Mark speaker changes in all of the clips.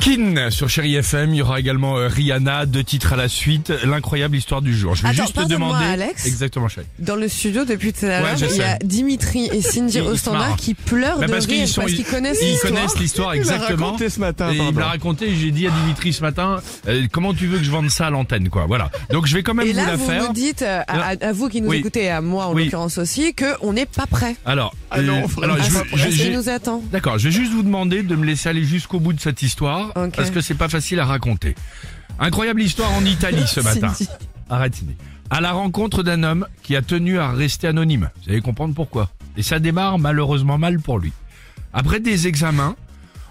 Speaker 1: Kin sur Chéri FM. Il y aura également euh, Rihanna, deux titres à la suite. L'incroyable histoire du jour. Je vais
Speaker 2: Attends,
Speaker 1: juste te
Speaker 2: pardonne-moi,
Speaker 1: demander.
Speaker 2: Alex.
Speaker 1: Exactement, chérie.
Speaker 2: Dans le studio depuis tout à
Speaker 1: Ouais,
Speaker 2: l'heure,
Speaker 1: je
Speaker 2: il y a
Speaker 1: sais.
Speaker 2: Dimitri et Cindy
Speaker 1: Ils- ils
Speaker 2: au
Speaker 1: se
Speaker 2: standard
Speaker 1: marrent.
Speaker 2: qui pleurent
Speaker 1: Bah,
Speaker 2: de
Speaker 1: parce
Speaker 2: rire
Speaker 1: qu'ils sont-
Speaker 2: parce qu'ils
Speaker 1: ils-
Speaker 2: connaissent
Speaker 1: ils
Speaker 2: l'histoire.
Speaker 1: connaissent l'histoire exactement.
Speaker 3: raconté ce matin,
Speaker 1: Et il
Speaker 3: pardon.
Speaker 1: me l'a raconté. et J'ai dit à Dimitri ce matin, euh, comment tu veux que je vende ça à l'antenne, quoi. Voilà. Donc je vais quand même
Speaker 2: Et
Speaker 1: vous
Speaker 2: là,
Speaker 1: la
Speaker 2: vous
Speaker 1: faire.
Speaker 2: nous dites, euh, à, à- à vous qui nous
Speaker 1: Oui.
Speaker 2: écoutez et à moi en
Speaker 1: Oui.
Speaker 2: l'occurrence aussi, qu'on n'est pas prêt.
Speaker 1: Alors, euh,
Speaker 3: Ah non, vraiment,
Speaker 1: alors, je-
Speaker 2: à
Speaker 1: je-
Speaker 2: s'approcher.
Speaker 1: j'ai-
Speaker 2: Il nous attend.
Speaker 1: D'accord, je vais juste vous demander de me laisser aller jusqu'au bout de cette histoire
Speaker 2: Ok.
Speaker 1: parce que c'est pas facile à raconter. Incroyable histoire en Italie ce matin.
Speaker 2: Cindy.
Speaker 1: Arrête Cindy. À la rencontre d'un homme qui a tenu à rester anonyme. Vous allez comprendre pourquoi. Et ça démarre malheureusement mal pour lui. Après des examens,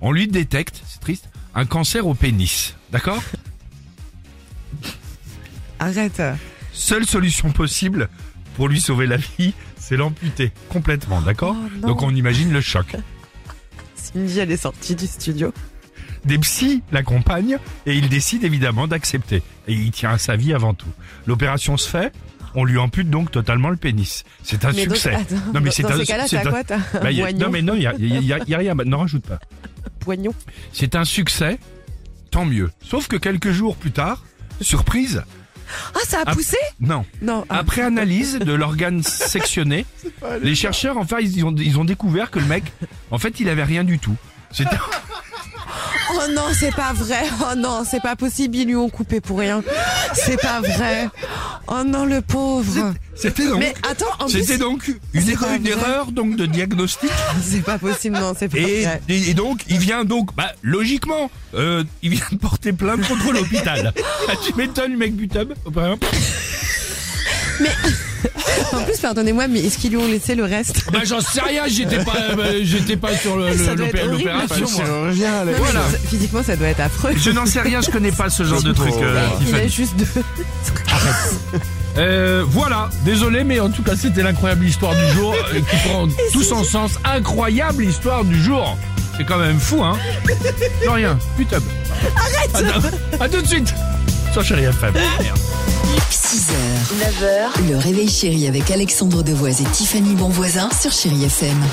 Speaker 1: on lui détecte, c'est triste, un cancer au pénis. D'accord
Speaker 2: Arrête.
Speaker 1: Seule solution possible pour lui sauver la vie, c'est l'amputer complètement. D'accord
Speaker 2: Oh, non.
Speaker 1: Donc on imagine le choc.
Speaker 2: Cindy, elle est sortie du studio.
Speaker 1: Des psys l'accompagnent et il décide évidemment d'accepter. Et il tient à sa vie avant tout. L'opération se fait, on lui ampute donc totalement le pénis. C'est un
Speaker 2: mais
Speaker 1: succès.
Speaker 2: donc, attends,
Speaker 1: non mais
Speaker 2: dans-
Speaker 1: c'est
Speaker 2: dans
Speaker 1: un
Speaker 2: ces cas-là,
Speaker 1: c'est
Speaker 2: t'as
Speaker 1: un-
Speaker 2: quoi T'as un
Speaker 1: Bah, y a-
Speaker 2: poignon,
Speaker 1: non mais non, il y a, y a- y a- y a rien, bah, ne rajoute pas.
Speaker 2: poignon.
Speaker 1: C'est un succès, tant mieux. Sauf que quelques jours plus tard, surprise,
Speaker 2: Ah, ça a
Speaker 1: Ah.
Speaker 2: poussé
Speaker 1: non.
Speaker 2: Non. ah.
Speaker 1: Après analyse de l'organe sectionné, les chercheurs enfin ils ont, ils ont découvert que le mec, en fait, il avait rien du tout. C'était
Speaker 2: Oh non, c'est pas vrai. Oh non, c'est pas possible. Ils lui ont coupé pour rien. C'est pas vrai. Oh non, le pauvre.
Speaker 1: c'était donc,
Speaker 2: Mais attends, en plus,
Speaker 1: c'était donc une,
Speaker 2: c'est
Speaker 1: erreur,
Speaker 2: pas
Speaker 1: une
Speaker 2: vrai.
Speaker 1: erreur donc de diagnostic.
Speaker 2: c'est pas possible. Non, c'est pas
Speaker 1: Et,
Speaker 2: vrai.
Speaker 1: et- et donc, il vient donc, bah, logiquement, euh, il vient de porter plainte contre l'hôpital. Ah, tu m'étonnes, le mec du tub.
Speaker 2: En plus, pardonnez-moi, mais est-ce qu'ils lui ont laissé le reste
Speaker 1: Bah, j'en sais rien, j'étais pas, euh, j'étais pas sur le-
Speaker 2: Ça
Speaker 1: le-
Speaker 2: doit être
Speaker 1: l'opé-
Speaker 2: horrible.
Speaker 3: Pas le
Speaker 1: l'opération. moi.
Speaker 3: chirurgien, Alex.
Speaker 1: Ben Voilà.
Speaker 2: Non, mais Physiquement, ça doit être affreux.
Speaker 1: Je n'en sais rien, je connais pas ce genre de truc, euh,
Speaker 2: Il a
Speaker 1: Tiffany.
Speaker 2: juste deux.
Speaker 1: Euh, voilà, désolé, mais en tout cas, c'était l'incroyable histoire du jour euh, qui prend tout son sens. Incroyable histoire du jour. C'est quand même fou, hein. Florian, putain. Arrête. À, à tout de suite. Sur Chérie FM.
Speaker 4: 6h, 9h, le réveil chéri avec Alexandre Devoise et Tiffany Bonvoisin sur Chéri FM.